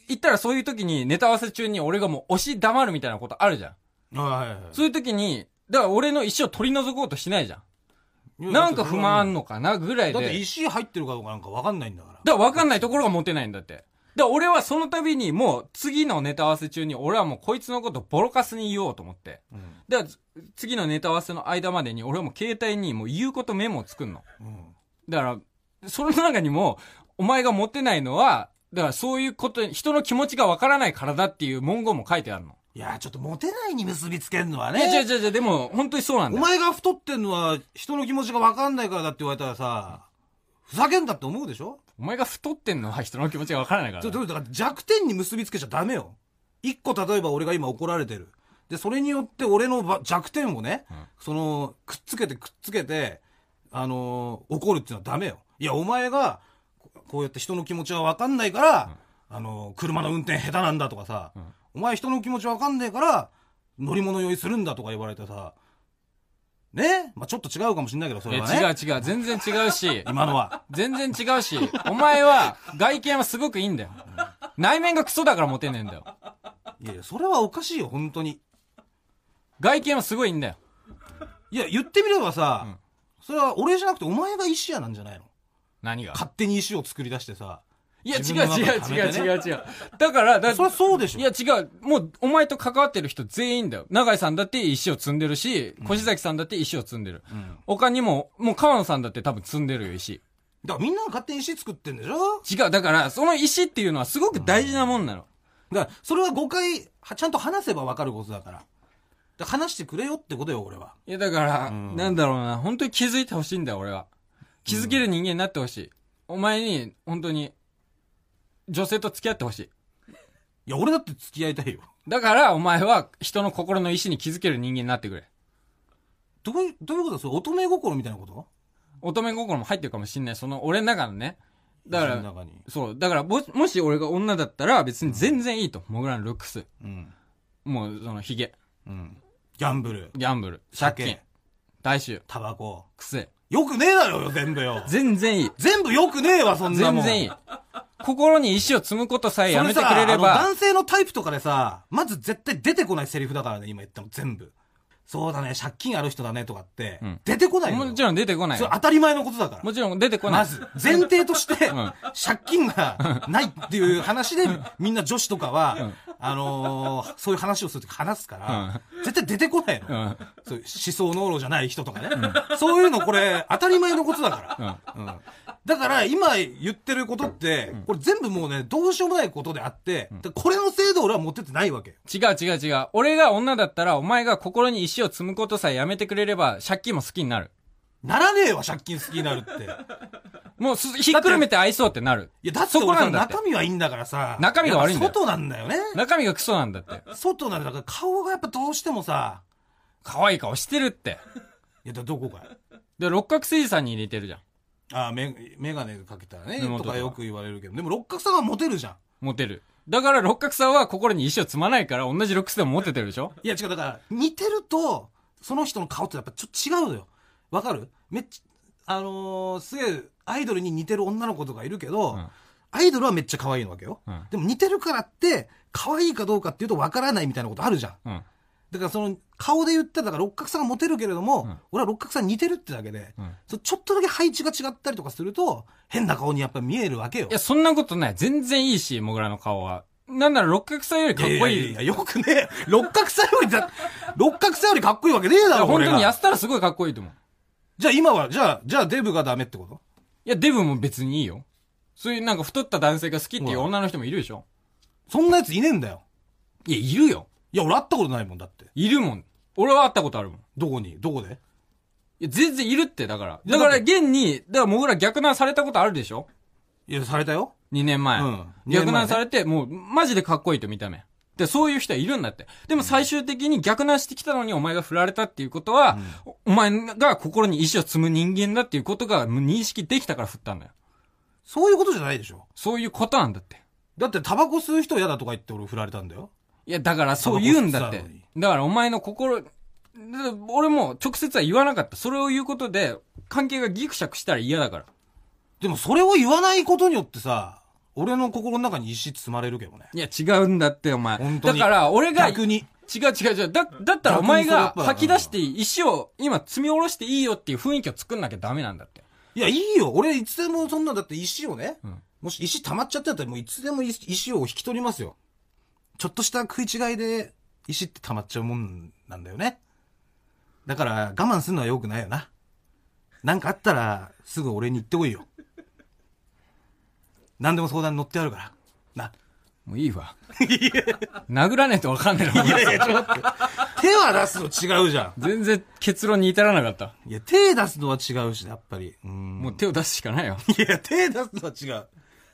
Speaker 1: 言ったらそういう時にネタ合わせ中に俺がもう押し黙るみたいなことあるじゃん。
Speaker 2: あはいはいはい。
Speaker 1: そういう時に、だから俺の石を取り除こうとしないじゃん。なんか不満あんのかなぐらいで。
Speaker 2: だって
Speaker 1: だか
Speaker 2: 石入ってるかどうかなんかわかんないんだから。
Speaker 1: ら分かんないところがモテないんだって。だから俺はその度にもう次のネタ合わせ中に俺はもうこいつのことボロカスに言おうと思って。
Speaker 2: うん
Speaker 1: だから次のネタ合わせの間までに俺はもう携帯にもう言うことメモを作んの。
Speaker 2: うん
Speaker 1: だから、その中にも、お前がモテないのは、だからそういうことに、人の気持ちがわからないからだっていう文言も書いてあるの。
Speaker 2: いや、ちょっとモテないに結びつけるのはい
Speaker 1: や、違
Speaker 2: ね。
Speaker 1: う違う違う、でも、本当にそうなんだ
Speaker 2: お
Speaker 1: よ。
Speaker 2: 前が太ってんのは人の気持ちがわかんないからだって言われたらさ、ふざけんだって思うでしょ
Speaker 1: お前が太ってんのは人の気持ちがわからないから
Speaker 2: ちょ
Speaker 1: だ。
Speaker 2: だから弱点に結びつけちゃダメよ。一個例えば俺が今怒られてる。で、それによって俺のば弱点をね、
Speaker 1: うん
Speaker 2: その、くっつけてくっつけて、あのー怒るっていうのはダメよ。いや、お前が、ここうやって人の気持ちは分かんないから、あのー車の運転下手なんだとかさ、
Speaker 1: うん
Speaker 2: お前人の気持ち分かんないから、乗り物酔いするんだとか言われてさ、ねまあちょっと違うかもしんないけど、そ
Speaker 1: い
Speaker 2: れはね。
Speaker 1: や、違う違う、全然違うし、
Speaker 2: 今のは。
Speaker 1: 全然違うし、お前は、外見はすごくいいんだよ。内面がクソだからモテねえんだよ。
Speaker 2: いやいや、それはおかしいよ、本当に。
Speaker 1: 外見はすごいいいんだよ。
Speaker 2: いや、言ってみればさ、
Speaker 1: うん
Speaker 2: それは俺じゃなくてお前が石屋なんじゃないの
Speaker 1: 何が
Speaker 2: 勝手に石を作り出してさ。
Speaker 1: いや、違
Speaker 2: 自
Speaker 1: う
Speaker 2: 分の中で
Speaker 1: 違う
Speaker 2: 貯
Speaker 1: 違う
Speaker 2: めてね
Speaker 1: 違う違う。だから、だ
Speaker 2: それはそうでしょ。
Speaker 1: いや違う。もう、お前と関わってる人全員だよ。永井さんだって石を積んでるし、越崎さんだって石を積んでる。
Speaker 2: うん
Speaker 1: 他にも、もう川野さんだって多分積んでるよ、石。
Speaker 2: だからみんなが勝手に石作ってんでしょ
Speaker 1: 違う。だから、その石っていうのはすごく大事なもんなの。
Speaker 2: だから、それは誤解、はちゃんと話せばわかることだから。だから話してくれよってことよ、俺は。
Speaker 1: いや、だから、
Speaker 2: うん
Speaker 1: なんだろうな。本当に気づいてほしいんだよ、俺は。気づける人間になってほしい。お前に、本当に、女性と付き合ってほしい。
Speaker 2: いや、俺だって付き合いたいよ。
Speaker 1: だから、お前は人の心の石に気づける人間になってくれ。
Speaker 2: どういう、どういうことですか乙女心みたいなこと
Speaker 1: 乙女心も入ってるかもしんない。その、俺の中のね。だから
Speaker 2: 石の、中に。
Speaker 1: そう。だから、もし、もし俺が女だったら別に全然いいと。モグラのルックス。
Speaker 2: うん。
Speaker 1: もう、その、ヒゲ、
Speaker 2: うん。ギャンブル、
Speaker 1: ギャンブル、借金
Speaker 2: 酒、、
Speaker 1: 大衆、
Speaker 2: タバコ。
Speaker 1: 癖。
Speaker 2: よくねえだろうよ、全部よ。
Speaker 1: 全然いい。
Speaker 2: 全部よくねえわ、そんなも
Speaker 1: 全
Speaker 2: ん。
Speaker 1: 然いい。心に石を積むことさえやめてく
Speaker 2: そ
Speaker 1: れ
Speaker 2: さ
Speaker 1: れ
Speaker 2: あの
Speaker 1: ば、
Speaker 2: 男性のタイプとかでさ、まず絶対出てこないセリフだからね、今言ったの全部。そうだね、借金ある人だねとかって、
Speaker 1: うん
Speaker 2: 出てこないのよ
Speaker 1: もちろん出てこない
Speaker 2: それ。当たり前のことだから。
Speaker 1: もちろん出てこない。
Speaker 2: まず、前提として、
Speaker 1: ん
Speaker 2: 借金がないっていう話で、みんな女子とかは、あのーそういう話をするとき話すから、絶対出てこないの。
Speaker 1: うん。
Speaker 2: そういう思想能路じゃない人とかね。そういうのこれ、当たり前のことだから。うんだから、今言ってることって、これ全部もうね、どうしようもないことであって、だからこれの制度を俺は持ってってないわけよ。
Speaker 1: 違う違う違う。俺が女だったら、お前が心に石を積むことさえやめてくれれば、借金も好きになる。
Speaker 2: ならねえわ、借金好きになるって。
Speaker 1: もうす、ひっくるめて愛そうってなる。
Speaker 2: いや、だって
Speaker 1: そこ
Speaker 2: 俺
Speaker 1: な
Speaker 2: さ
Speaker 1: んだって
Speaker 2: 中身はいいんだからさ。
Speaker 1: 中身が悪いんだよ
Speaker 2: やっぱ外なんだよね。
Speaker 1: 中身がクソなんだって。
Speaker 2: 外なんだから顔がやっぱどうしてもさ、
Speaker 1: 可愛い顔してるって。
Speaker 2: いや、だどこか
Speaker 1: で、六角筋さんに似てるじゃん。
Speaker 2: ああ、め、メガネかけたらね、
Speaker 1: 根元と
Speaker 2: と
Speaker 1: か
Speaker 2: かよく言われるけど、でも六角さんはモテるじゃん。
Speaker 1: モテる。だから六角さんは心に石を積まないから同じルックスでもモテてるでしょ
Speaker 2: いや、違う、だから、似てると、その人の顔ってやっぱちょっと違うのよ。わかるめっちゃ、あのーすげえ、アイドルに似てる女の子とかいるけど、
Speaker 1: うん
Speaker 2: アイドルはめっちゃ可愛いわけよ。
Speaker 1: うん
Speaker 2: でも似てるからって、可愛いかどうかっていうとわからないみたいなことあるじゃん。
Speaker 1: うん。
Speaker 2: だからその、顔で言ったら、だから六角さんがモテるけれども、
Speaker 1: うん
Speaker 2: 俺は六角さん似てるってだけで、
Speaker 1: うん
Speaker 2: そうちょっとだけ配置が違ったりとかすると、変な顔にやっぱ見えるわけよ。
Speaker 1: いや、そんなことない。全然いいし、モグラの顔は。なんなら六角さんよりかっこいい。いや
Speaker 2: やややよくねえ、六角さんよりだ、六角さんよりかっこいいわけねえだろ、
Speaker 1: 本
Speaker 2: 俺
Speaker 1: 当に痩
Speaker 2: が。
Speaker 1: せたらすごいかっこいいと思う。
Speaker 2: じゃあ今は、じゃあ、じゃあデブがダメってこと
Speaker 1: いや、デブも別にいいよ。そういうなんか太った男性が好きっていううん女の人もいるでしょ
Speaker 2: そんなやついねえんだよ。
Speaker 1: いや、いるよ。
Speaker 2: いや、俺会ったことないもんだって。
Speaker 1: いるもん。俺は会ったことあるもん。い
Speaker 2: どこにどこで
Speaker 1: や、全然いるって、だから。
Speaker 2: い
Speaker 1: だ
Speaker 2: や
Speaker 1: から、
Speaker 2: だっ
Speaker 1: 現に、だから、モグラ逆ナンされたことあるでしょ
Speaker 2: いや、されたよ。
Speaker 1: 2年前。
Speaker 2: うん
Speaker 1: 逆難されて、もう、マジでかっこいいと見た目。で、そういう人はいるんだって。でも最終的に逆難してきたのにお前が振られたっていうことは、おお前が心に意志を積む人間だっていうことがもう認識できたから振ったんだよ。
Speaker 2: そういうことじゃないでしょ。
Speaker 1: そういうことなんだって。
Speaker 2: だってタバコ吸う人嫌だとか言って俺振られたんだよ。
Speaker 1: いや、だからそう言うんだっ
Speaker 2: タ
Speaker 1: て
Speaker 2: バコ吸ってた。
Speaker 1: だからお前の心、で俺も直接は言わなかった。それを言うことで、関係がギクシャクしたら嫌だから。
Speaker 2: でもそれを言わないことによってさ、俺の心の中に石積まれるけどね。
Speaker 1: いや、違うんだって、お前。
Speaker 2: 本当に
Speaker 1: だから、俺が、
Speaker 2: 逆に。
Speaker 1: 違違う違う違う。だ、だったらお前が吐き出していい、石を今積み下ろしていいよっていう雰囲気を作んなきゃダメなんだって。
Speaker 2: いや、いいよ。俺、いつでもそんな、だって石をね、
Speaker 1: うん
Speaker 2: もし石溜まっちゃってたら、もういつでも石石を引き取りますよ。ちょっとした食い違いで、石って溜まっちゃうもんなんだよね。だから、我慢するのは良くないよな。なんかあったら、すぐ俺に言ってこいよ。何でも相談に乗ってやるから。な。
Speaker 1: もういい わ。殴らねえとわかんねえない
Speaker 2: やいや、ちょっと待って。手は出すの違うじゃん。
Speaker 1: 全然結論に至らなかった。
Speaker 2: いや、手出すのは違うし、やっぱり。うん。
Speaker 1: もう手を出すしか ないよ。
Speaker 2: いや、手出すのは違う。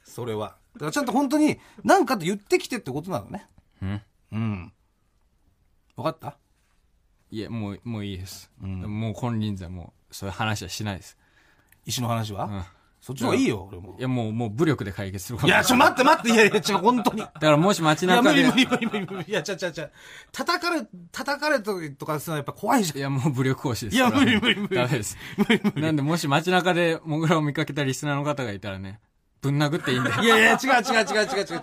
Speaker 2: それは。だからちゃんと本当に、なんかと言ってきてってことなのね。
Speaker 1: うん。
Speaker 2: うん。わかった
Speaker 1: いや、もう、もういいです。
Speaker 2: うん
Speaker 1: もう金輪際もう、そういう話はしないです。
Speaker 2: 石の話は、
Speaker 1: うん。
Speaker 2: そっちの方がいいよ、俺も
Speaker 1: い。や、もう、もう武力で解決すること。
Speaker 2: いや、ちょ、待って待って、いやいや、違う、本当に。い
Speaker 1: だからもし街
Speaker 2: や、無
Speaker 1: 中で、
Speaker 2: 理無
Speaker 1: い
Speaker 2: 理無理無理無理。いや、ちゃちゃちゃ。叩かれ、叩かれたりとかするのはやっぱ怖いじゃん。
Speaker 1: や、もう武力行使です。
Speaker 2: いや
Speaker 1: これは
Speaker 2: 無理無理無理
Speaker 1: ダメです。
Speaker 2: 無理無理。
Speaker 1: なんで、もし街中で、モグラを見かけたリスナーの方がいたらね、ぶん殴っていいんで。
Speaker 2: いやいや、違う違う違う違う違う。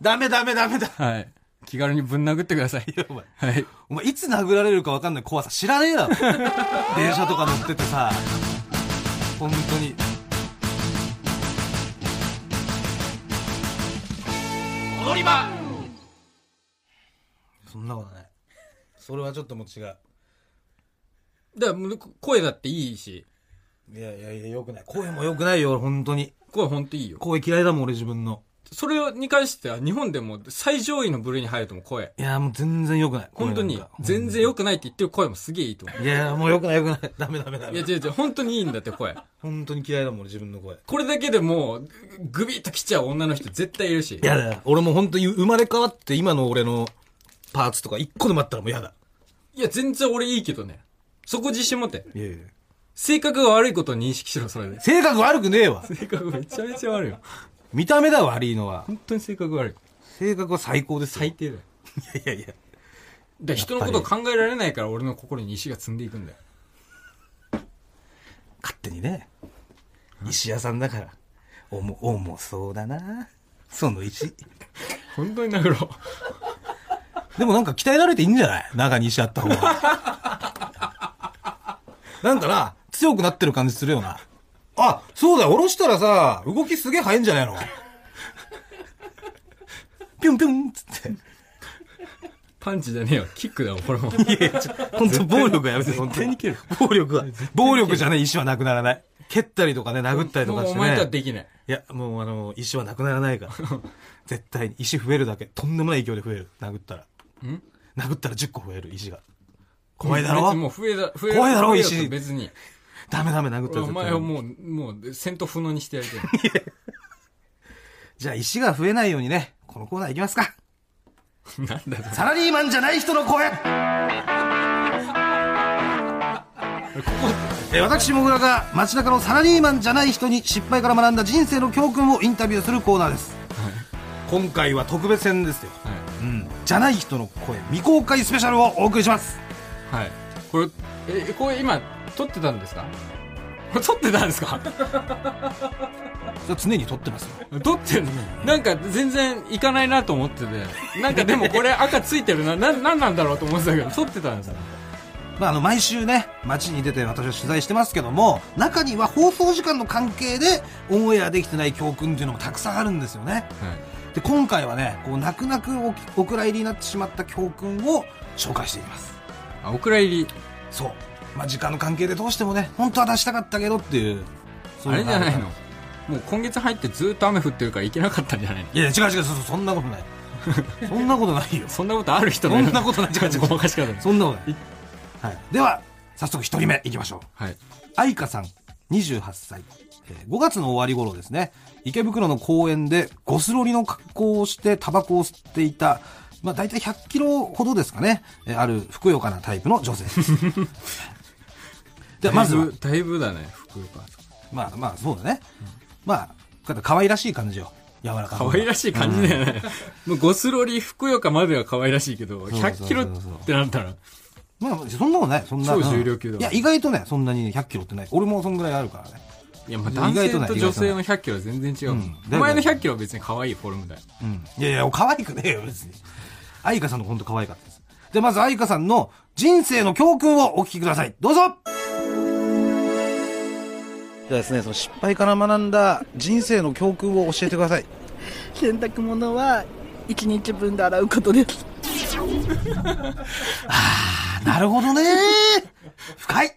Speaker 2: ダメダメダメだ。
Speaker 1: はい。気軽にぶん殴ってください。
Speaker 2: いや、お前。
Speaker 1: はい。
Speaker 2: お前、いつ殴られるか分かんない怖さ知らねえ だろ。電車とか乗っててさ、本当に。踊り場そんなことない。それはちょっともう違う。
Speaker 1: だからもう、声だっていいし、
Speaker 2: いやいやいや、よくない。声もよくないよ、本当に。
Speaker 1: 声ほんといいよ。
Speaker 2: 声嫌いだもん、俺自分の。
Speaker 1: それに関しては、日本でも最上位の部類に入るとも声。
Speaker 2: いや、もう全然よくない。
Speaker 1: 本当に、
Speaker 2: 全
Speaker 1: 全然良くないって言ってる声もすげえいいと思
Speaker 2: いや、もうよくないよくない。ダメダメダ
Speaker 1: う。いや、
Speaker 2: メ。
Speaker 1: 違う違う、本当にいいんだって声。
Speaker 2: 本当に嫌いだもん、俺自分の声。
Speaker 1: これだけでもう、グビッと来ちゃう女の人絶対いるし。
Speaker 2: やだ。俺もう本当に生まれ変わって今の俺のパーツとか一個でもあったらもうやだ。
Speaker 1: いや、全然俺いいけどね。そこ自信持って。
Speaker 2: いやいや
Speaker 1: 性格が悪いことを認識しろ、それで。
Speaker 2: 性格悪くねえわ。
Speaker 1: 性格めちゃめちゃ悪いよ。
Speaker 2: 見た目だ悪いのは。
Speaker 1: 本当に性格悪い。
Speaker 2: 性格は最高ですよ。
Speaker 1: 最低だよ。
Speaker 2: いやいやいや。
Speaker 1: で人のことを考えられないから俺の心に石が積んでいくんだよ。
Speaker 2: 勝手にね。石屋さんだから。おも、重そうだな。その石。
Speaker 1: 本当に殴ろう。
Speaker 2: でもなんか鍛えられていいんじゃない中に石あった 方が。なんかな、強くなってる感じするよな。あ、そうだよ、下ろしたらさ、動きすげえ早いんじゃないのピュンピュンっつって。
Speaker 1: パンチじゃねえよ。キックだよ、これも。
Speaker 2: いや、ちょ、本当暴力はやめて、本当に。暴力は。暴力じゃね、石はなくならない。蹴ったりとかね、殴ったりと
Speaker 1: も
Speaker 2: か
Speaker 1: う
Speaker 2: し
Speaker 1: お
Speaker 2: て
Speaker 1: 前とは
Speaker 2: ね。
Speaker 1: できない。
Speaker 2: いや、もうあの、石はなくならな いから。絶対に。石増えるだけ。とんでもない勢いで増える。殴ったら。
Speaker 1: ん
Speaker 2: 殴ったら10個増える、石が。怖いだろ
Speaker 1: 別にもう増えだ、増え
Speaker 2: 怖いだろ
Speaker 1: 増えと
Speaker 2: 石
Speaker 1: 別に。
Speaker 2: ダメダメ殴っ
Speaker 1: 俺
Speaker 2: たら
Speaker 1: お
Speaker 2: 絶対
Speaker 1: 前
Speaker 2: ダ
Speaker 1: を
Speaker 2: メ
Speaker 1: もう、もう、戦闘不能にしてやりたい。
Speaker 2: じゃあ石が増えないようにね、このコーナー行きますか。
Speaker 1: なんだよ
Speaker 2: サラリーマンじゃない人の声えー私、もぐらが街中のサラリーマンじゃない人に失敗から学んだ人生の教訓をインタビューするコーナーです。今回は特別編ですよ。
Speaker 1: は
Speaker 2: うん。じゃない人の声未公開スペシャルをお送りします。
Speaker 1: い。はい。これ、え、これ今、撮ってたんですかこれ撮ってたんですか
Speaker 2: それは常に撮ってますよ。
Speaker 1: 撮ってんのなんか全然いかないなと思ってて。なんかでもこれ赤ついてるな、な、なんなんだろうと思ってたけど、撮ってたんですよ。
Speaker 2: まあ、あの、毎週ね、街に出て私は取材してますけども、中には放送時間の関係でオンエアできてない教訓っていうのもたくさんあるんですよね。
Speaker 1: はい。
Speaker 2: で今回はねこう泣く泣くおお蔵入りになってしまった教訓を紹介していきます
Speaker 1: あ、お蔵入り。
Speaker 2: そう、まあ、時間の関係でどうしてもね本当は出したかったけどっていうそう
Speaker 1: あれ
Speaker 2: う
Speaker 1: じ
Speaker 2: が
Speaker 1: ゃ
Speaker 2: る
Speaker 1: ないのもう今月入ってずっと雨降ってるから行けなかったんじゃないの
Speaker 2: いや違う違うそうそうそんなことないそんなことないよ
Speaker 1: そんなことある人
Speaker 2: そんなこと ない
Speaker 1: ちょっとごまかし方
Speaker 2: そんなことない、はい、では早速一人目いきましょう
Speaker 1: はい。
Speaker 2: 愛花さん28歳5月の終わり頃ですね池袋の公園でゴスロリの格好をしてタバコを吸っていたまあ大体100キロほどですかねえあるふくよかなタイプの 女性ですでまずは
Speaker 1: だいぶだいぶだね、福岡。
Speaker 2: まあまあそうだね、まあこうやって可愛らしい感じよ柔らか
Speaker 1: 可愛らしい感じだよね。 もうゴスロリ、ふくよかまでは可愛らしいけど、
Speaker 2: そうそうそう
Speaker 1: 100キロってなったら、
Speaker 2: まあそんなことないそんな
Speaker 1: 超重量級だ
Speaker 2: うんいや意外とねそんなに100キロってない俺もそんぐらいあるからね
Speaker 1: いや、まあ
Speaker 2: 意
Speaker 1: 男性
Speaker 2: 外とない
Speaker 1: と女性の100キロは全然違うもん。
Speaker 2: うん
Speaker 1: お前の100キロは別に可愛いフォルムだよ。
Speaker 2: うんいやいや、可愛くねえよ、別に。愛花さんのほんと可愛かったです。で、まず、愛花さんの人生の教訓をお聞きください。どうぞではですね、その失敗から学んだ人生の教訓を教えてください。
Speaker 3: 洗濯物は1日分で洗うことです
Speaker 2: なるほどね。深い。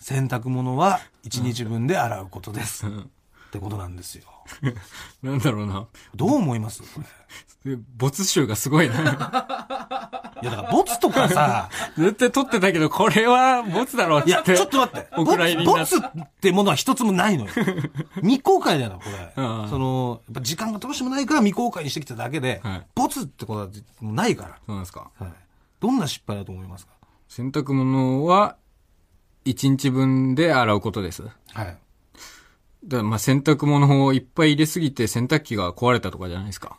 Speaker 2: 洗濯物は一日分で洗うことです。ってことなんですよ。
Speaker 1: なんだろうな。
Speaker 2: どう思いますこれ
Speaker 1: え没収がすごいな。
Speaker 2: いや、だから、ボツとかさ、
Speaker 1: 絶対撮ってたけど、これは没だろうっ
Speaker 2: い
Speaker 1: つ
Speaker 2: や、
Speaker 1: っ
Speaker 2: ち
Speaker 1: て。
Speaker 2: ょっと待って。
Speaker 1: お
Speaker 2: ボ
Speaker 1: 蔵入
Speaker 2: ツ
Speaker 1: りにな
Speaker 2: ボ
Speaker 1: って
Speaker 2: ツってものは一つもない のよ。未公開だよ、これ。
Speaker 1: うん
Speaker 2: その、やっぱ時間がどうしてもないから未公開にしてきただけで、
Speaker 1: はい
Speaker 2: ボツってことはもうないか、
Speaker 1: そうなんですから
Speaker 2: はい。どんな失敗だと思いますか
Speaker 1: 洗濯物は、1日分で洗うことです。だか
Speaker 2: はい。
Speaker 1: らまあ洗濯物をいっぱい入れすぎて洗濯機が壊れたとかじゃないですか。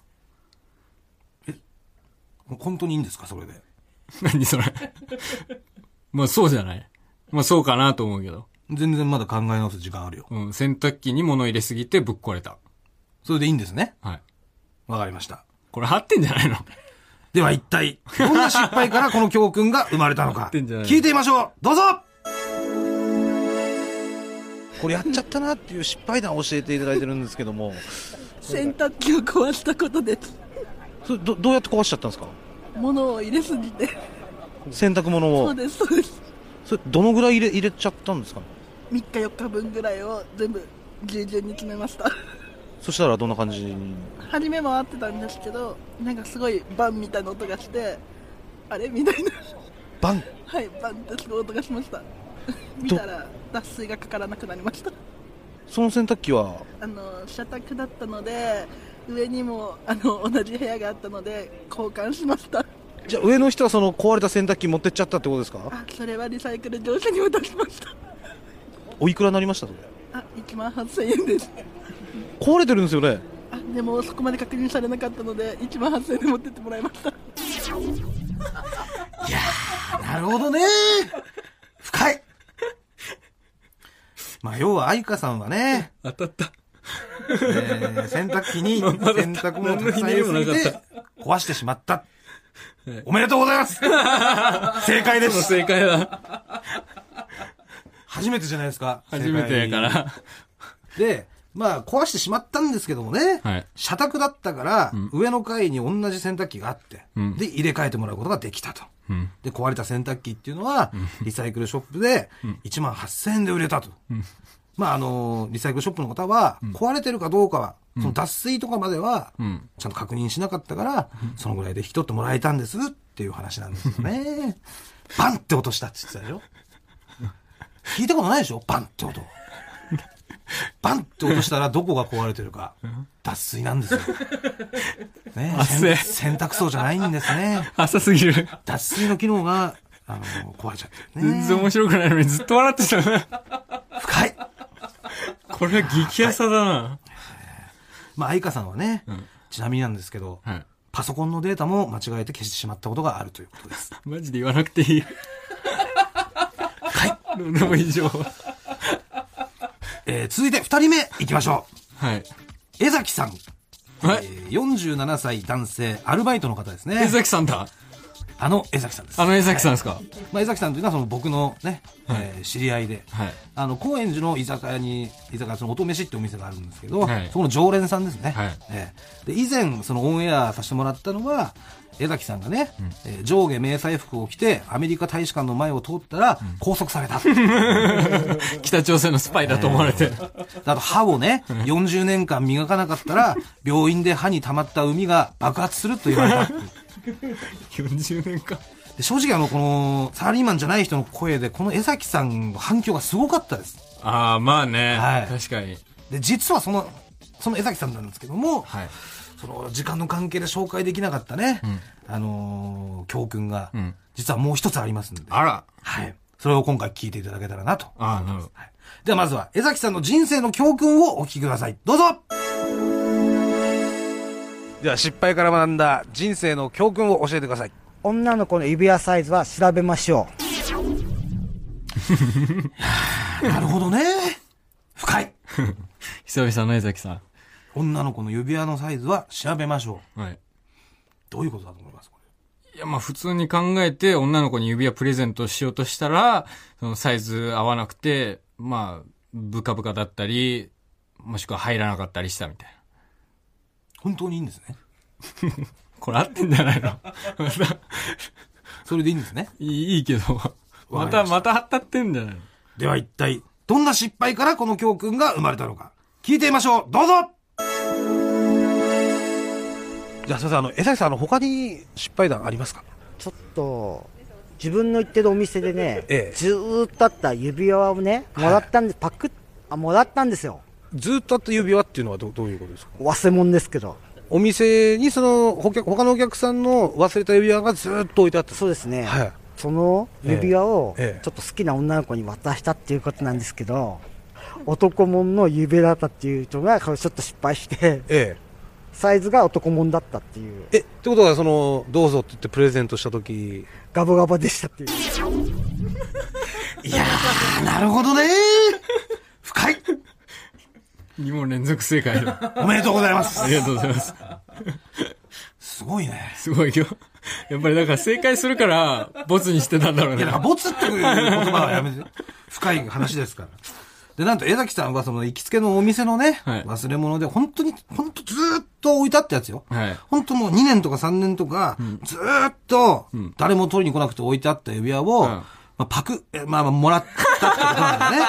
Speaker 2: 本当にいいんですか、それで。
Speaker 1: 何それ。 まあそうじゃない。まあそうかなと思うけど。
Speaker 2: 全然まだ考え直す時間あるよ。
Speaker 1: うん、洗濯機に物入れすぎてぶっ壊れた。
Speaker 2: それでいいんですね。
Speaker 1: はい。
Speaker 2: わかりました。
Speaker 1: これ貼ってんじゃないの
Speaker 2: では一体、どんな失敗からこの教訓が生まれたのか、
Speaker 1: ってんじゃない
Speaker 2: 聞いてみましょうどうぞこれやっちゃったなっていう失敗談を教えていただいてるんですけども、
Speaker 3: 洗濯機を壊したことです
Speaker 4: それどどうやって壊しちゃったんですか
Speaker 3: 物を入れすぎて
Speaker 4: 洗濯物
Speaker 3: そ
Speaker 4: を
Speaker 3: うですそうです
Speaker 4: それどのぐらい入れ入れちゃったんですかね
Speaker 3: 3日4日分ぐらいを全部従順に決めました
Speaker 4: そしたらどんな感じに
Speaker 3: 初め回ってたんですけどなんかすごいバンみたいな音がしてあれみたいな
Speaker 4: バン
Speaker 3: はいバンってすごい音がしました見たら脱水がかからなくなりました
Speaker 4: その洗濯機は
Speaker 3: あの社宅だったので上にもあの同じ部屋があったので交換しました
Speaker 4: じゃあ上の人はその壊れた洗濯機持ってっちゃったってことですか
Speaker 3: あそれはリサイクル業者に渡しました
Speaker 4: おいくらになりましたそれ
Speaker 3: あ1万8000円です
Speaker 4: 壊れてるんですよね
Speaker 3: あでもそこまで確認されなかったので1万8000円で持ってってもらいました
Speaker 2: なるほどね深いまあ、要は、愛花さんはね、
Speaker 1: 当たった。
Speaker 2: えー洗濯機に洗
Speaker 1: まだ
Speaker 2: 濯物をたくさん入れすぎ
Speaker 1: 何のひねりもな
Speaker 2: て
Speaker 1: か、
Speaker 2: 壊してしまった
Speaker 1: い。
Speaker 2: おめでとうございます 正解で
Speaker 1: その
Speaker 2: す
Speaker 1: 正解だ。
Speaker 2: 初めてじゃないですか。
Speaker 1: 初めてやか
Speaker 2: 正解
Speaker 1: ら。
Speaker 2: で、まあ、壊してしまったんですけどもね、
Speaker 1: はい
Speaker 2: 社宅だったから、上の階に同じ洗濯機があって、
Speaker 1: うん
Speaker 2: で、入れ替えてもらうことができたと。
Speaker 1: うん。
Speaker 2: で、壊れた洗濯機っていうのは、リサイクルショップで、1万8000円で売れたと。まあ、あのーリサイクルショップの方は、壊れてるかどうかは、その脱水とかまでは、
Speaker 1: うん。
Speaker 2: ちゃんと確認しなかったから、そのぐらいで引き取ってもらえたんですっていう話なんですよ ね。バンって落としたって言ってたでしょ聞いたことないでしょバンって音。バンって落としたらどこが壊れてるか。脱水なんですよ。 ね
Speaker 1: 汗
Speaker 2: 洗洗濯槽じゃないんですね。
Speaker 1: 浅すぎる。
Speaker 2: 脱水の機能が、あの、壊れちゃってる
Speaker 1: 全
Speaker 2: ね。
Speaker 1: 然面白くないのにずっと笑ってた。
Speaker 2: 深い。
Speaker 1: これは激浅だな。
Speaker 2: まあ、愛花さんはね、ちなみになんですけど、
Speaker 1: はい。
Speaker 2: パソコンのデータも間違えて消してしまったことがあるということです。
Speaker 1: マジで言わなくていい。はい。どうでも以上。は
Speaker 2: えー続いて二人目行きましょ
Speaker 1: い。
Speaker 2: う。江崎さん。
Speaker 1: は
Speaker 2: え
Speaker 1: い。
Speaker 2: ー47歳男性、アルバイトの方ですね。
Speaker 1: 江崎さんだ。
Speaker 2: あの江崎さんです。
Speaker 1: あの江崎さんですか。
Speaker 2: まあ、江崎さんというのはその僕のね、えー知り合いで、
Speaker 1: はい。
Speaker 2: あの、高円寺の居酒屋に、居酒屋、その、音飯ってお店があるんですけど、
Speaker 1: はい
Speaker 2: そこの常連さんですね。
Speaker 1: はい
Speaker 2: ええで、以前、そのオンエアさせてもらったのは、江崎さんがね、えー上下迷彩服を着て、アメリカ大使館の前を通ったら、拘束された。
Speaker 1: 北朝鮮のスパイだと思われて。
Speaker 2: あと歯 をね、40年間磨かなかったら、病院で歯に溜まった海が爆発すると言われた っていう。
Speaker 1: 40年間。
Speaker 2: で正直あの、この、サラリーマンじゃない人の声で、この江崎さんの反響がすごかったです。
Speaker 1: ああ、まあね。
Speaker 2: はい
Speaker 1: 確かに。
Speaker 2: で、実はその、その江崎さんなんですけども、
Speaker 1: はい。
Speaker 2: その、時間の関係で紹介できなかったね、あのー教訓が、
Speaker 1: ん
Speaker 2: 実はもう一つありますんで、
Speaker 1: あら。
Speaker 2: はい。それを今回聞いていただけたらなと。
Speaker 1: ああ、なるほど。
Speaker 2: はいではまずは、江崎さんの人生の教訓をお聞きください。どうぞでは、失敗から学んだ人生の教訓を教えてください。
Speaker 5: 女の子の指輪サイズは調べましょう。
Speaker 2: なるほどね。深い。
Speaker 1: 久々の江崎さ
Speaker 2: 女の子の指輪のサイズは調べましょう。
Speaker 1: ん。はい。
Speaker 2: どういうことだと思いますこ
Speaker 1: いや、まあ普通に考えて女の子に指輪プレゼントしようとしたら、そのサイズ合わなくて、まあ、ブカブカだったり、もしくは入らなかったりしたみたいな。
Speaker 2: 本当にいいんですね。
Speaker 1: これ合ってんじゃないの また
Speaker 2: それでいいんですね。
Speaker 1: いいいいけど。
Speaker 2: わ
Speaker 1: ま
Speaker 2: かりました
Speaker 1: た、また当たってんじゃないの
Speaker 2: では一体、どんな失敗からこの教訓が生まれたのか、聞いてみましょうどうぞ
Speaker 4: じゃあ、すいません、あの、江崎さん、あの、他に失敗談ありますか
Speaker 5: ちょっと、自分の行ってるお店でね、
Speaker 4: ええ
Speaker 5: ずーっとあった指輪をね、もらったんで、パクッ、あ、もらったんですよ。
Speaker 4: ずーっとあった指輪っていうのはどどういうことですか
Speaker 5: 忘れ物ですけど。
Speaker 4: お店にその、ほけ他のお客さんの忘れた指輪がずーっと置いてあった。
Speaker 5: そうですね。
Speaker 4: はい。
Speaker 5: その指輪を
Speaker 4: ええええ
Speaker 5: ちょっと好きな女の子に渡したっていうことなんですけど、男物の指輪だったっていうのが、これちょっと失敗して、
Speaker 4: え
Speaker 5: サイズが男物だったっていう、
Speaker 4: え。え、ってことは、その、どうぞって言ってプレゼントしたとき、
Speaker 5: ガバガバでしたっていう。
Speaker 2: いやー、なるほどね深い
Speaker 1: 2問連続正解だ。
Speaker 2: おめでとうございます
Speaker 1: ありがとうございます。
Speaker 2: すごいね。
Speaker 1: すごいよ。やっぱりだから正解するから、ボツにしてたんだろう
Speaker 2: い
Speaker 1: ね
Speaker 2: や、だ。から、ボツっていう言葉は やめて。深い話ですから。で、なんと江崎さんはその行きつけのお店のね、
Speaker 1: はい
Speaker 2: 忘れ物で、本当に、本当ずーっと置いたってやつよ。
Speaker 1: はい。
Speaker 2: 本当もう2年とか3年とか、ずーっと、誰も取りに来なくて置いてあった指輪を、
Speaker 1: うん
Speaker 2: まあ、パク、えまあまあ、もらったってことなん だよね。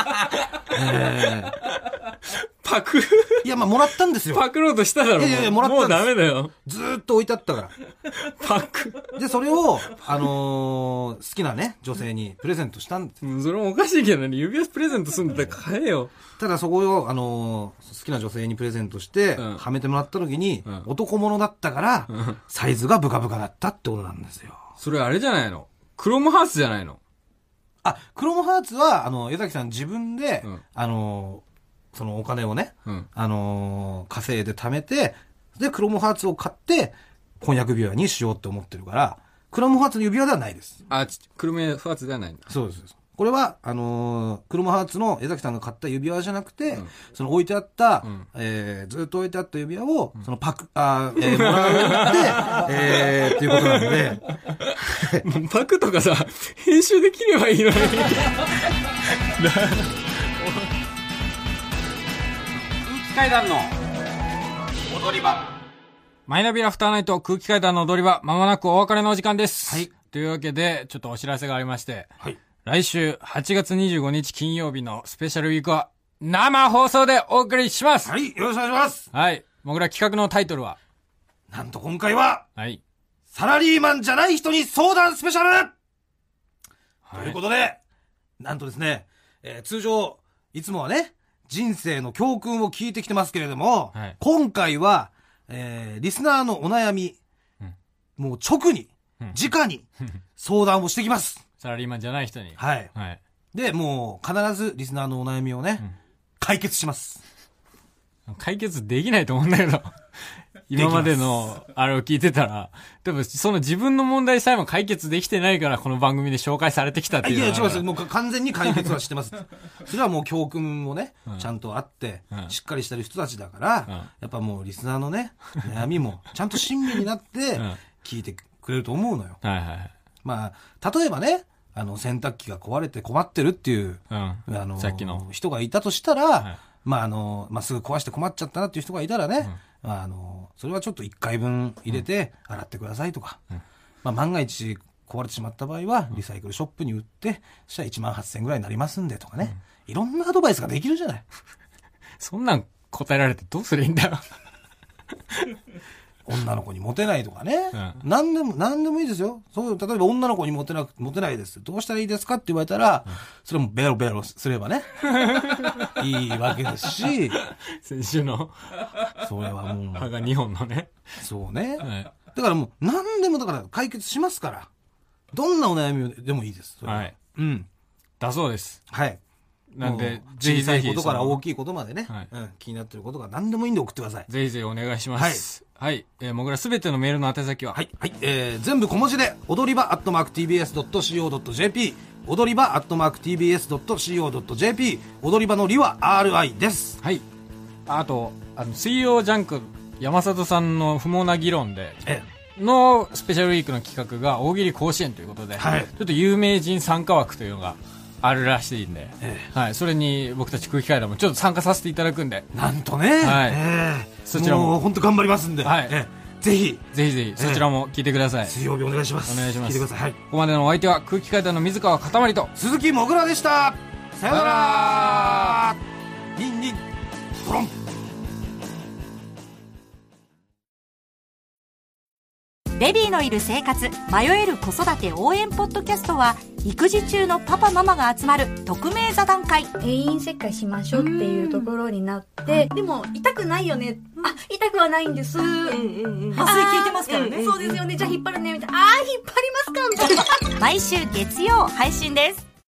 Speaker 2: え
Speaker 1: パク、
Speaker 2: ーいや、まあ、もらったんですよ。
Speaker 1: パクろうとしただろ。
Speaker 2: いやいやいやもらったん
Speaker 1: も
Speaker 2: で
Speaker 1: う
Speaker 2: す
Speaker 1: ダメだよ。
Speaker 2: ずーっと置いてあったか
Speaker 1: パク。
Speaker 2: ら。で、それを、あのー好きなね、女性にプレゼントしたんです。
Speaker 1: うんそれもおかしいけどね。指輪プレゼントすんだったら買えよ。
Speaker 2: ただそこを、あのー好きな女性にプレゼントして、
Speaker 1: うん
Speaker 2: はめてもらった時に、
Speaker 1: ん
Speaker 2: 男物だったから、サイズがブカブカだったってことなんですよ。
Speaker 1: それあれじゃないのクロムハーツじゃないの
Speaker 2: あ、クロムハーツは、あの、江崎さん自分で、
Speaker 1: うん
Speaker 2: あのーそのお金をね、
Speaker 1: うん。
Speaker 2: あのー稼いで貯めて、で、クロムハーツを買って、婚約指輪にしようって思ってるから、クロムハーツの指輪ではないです。
Speaker 1: あ、ちクロムハーツではないんだ。
Speaker 2: そうです。これは、あのークロムハーツの江崎さんが買った指輪じゃなくて、その置いてあった、
Speaker 1: ん
Speaker 2: えーずっと置いてあった指輪を、そのパク、あーえー、もらって、えー、っていうことなんで、
Speaker 1: もうパクとかさ、編集できればいいのに。 マイナビラフターナイト空気階段の踊り場、まもなくお別れのお時間です。
Speaker 2: はい。
Speaker 1: というわけで、ちょっとお知らせがありまして、
Speaker 2: はい。
Speaker 1: 来週8月25日金曜日のスペシャルウィークは、生放送でお送りします
Speaker 2: はい、よろしくお願いします
Speaker 1: はい。僕ら企画のタイトルは、
Speaker 2: なんと今回は、
Speaker 1: はい。
Speaker 2: サラリーマンじゃない人に相談スペシャル、
Speaker 1: はい
Speaker 2: ということで、なんとですね、えー通常、いつもはね、人生の教訓を聞いてきてますけれども、
Speaker 1: はい
Speaker 2: 今回は、えーリスナーのお悩み、
Speaker 1: うん
Speaker 2: もう直に、
Speaker 1: うん
Speaker 2: 直 に、相談をしてきます。
Speaker 1: サラリーマンじゃない人に。
Speaker 2: はい。
Speaker 1: はい。
Speaker 2: で、もう、必ずリスナーのお悩みをね、
Speaker 1: ん
Speaker 2: 解決します。
Speaker 1: 解決できないと思うんだけ ど。今までの、あれを聞いてたら、でも、その自分の問題さえも解決できてないから、この番組で紹介されてきたってい
Speaker 2: いう
Speaker 1: の
Speaker 2: や、
Speaker 1: が。
Speaker 2: 違います。もう完全に解決はし てます。それはもう教訓もね、ちゃんとあって、
Speaker 1: うん
Speaker 2: しっかりしてる人たちだから、
Speaker 1: うん
Speaker 2: やっぱもうリスナーのね、悩みも、ちゃんと親身になって
Speaker 1: ん、
Speaker 2: 聞いてくれると思うのよ。
Speaker 1: はいはい。
Speaker 2: まあ、例えばね、あの、洗濯機が壊れて困ってるっていう、
Speaker 1: うん。
Speaker 2: あの、
Speaker 1: さっきの。
Speaker 2: 人がいたとしたら、
Speaker 1: い
Speaker 2: まあ、あの、まあ、すぐ壊して困っちゃったなっていう人がいたらね、まあ、あの、それはちょっと1回分入れて洗ってくださいとか、まあ、万が一壊れてしまった場合は、リサイクルショップに売って、そしたら1万8000円ぐらいになりますんでとかね、いろんなアドバイスができるじゃない。
Speaker 1: そんなん答えられてどうすりゃいいんだよ。
Speaker 2: 女の子にモテないとかね。
Speaker 1: う
Speaker 2: 何でも、何でもいいですよ。そう、例えば女の子にモテなく、モテないです。どうしたらいいですかって言われたら、それもベロベロすれ ばね。いいわけですし、
Speaker 1: 先週の
Speaker 2: それはも
Speaker 1: 歯
Speaker 2: う、
Speaker 1: が2本のね。
Speaker 2: そうね。
Speaker 1: はい。
Speaker 2: だからもう、何でもだから解決しますから。どんなお悩みでもいいです。それ
Speaker 1: はい。
Speaker 2: うん。
Speaker 1: だそうです。
Speaker 2: はい。
Speaker 1: なんで
Speaker 2: もう、
Speaker 1: ぜひ
Speaker 2: 小さ
Speaker 1: ぜ
Speaker 2: い
Speaker 1: ひ。
Speaker 2: ことから
Speaker 1: その
Speaker 2: 大きいことまでね、
Speaker 1: はい
Speaker 2: うん、気になってることが何でもいいんで送ってください。
Speaker 1: ぜひぜひお願いします。はい。えー、もぐらすべてのメールの宛先は
Speaker 2: はい、はい、えー、全部小文字で、踊り場アットマーク TBS.CO.JP、踊り場アットマーク TBS.CO.JP、踊り場のりは RI です。
Speaker 1: はい。あと、あの、水曜ジャンク、山里さんの不毛な議論で、
Speaker 2: え
Speaker 1: のスペシャルウィークの企画が大喜利甲子園ということで、
Speaker 2: はい
Speaker 1: ちょっと有名人参加枠というのがあるらしいんで、
Speaker 2: え
Speaker 1: はい、それに僕たち空気階段もちょっと参加させていただくんで、
Speaker 2: なんとね、
Speaker 1: はい
Speaker 2: ええ
Speaker 1: そちらも
Speaker 2: もう本当頑張りますんで、
Speaker 1: はい
Speaker 2: ええぜひ
Speaker 1: ぜひぜひそちらも聞いてください。
Speaker 2: 水曜日お願いします
Speaker 1: お願いします
Speaker 2: 聞いてください、はい、
Speaker 1: ここまでのお相手は空気階段の水川かたまりと、
Speaker 2: 鈴木もぐらでしたさようならニンニントロン
Speaker 6: ベビーのいる生活迷える子育て応援ポッドキャストは育児中のパパママが集まる匿名座談会
Speaker 7: 定員切開しましょうっていうところになって、でも痛くないよね、あ痛くはないんです麻酔
Speaker 6: 麻酔効いてますからね
Speaker 7: そうですよねじゃあ引っ張るねみたいなあー引っ張りますかみたいな
Speaker 6: 毎週月曜配信です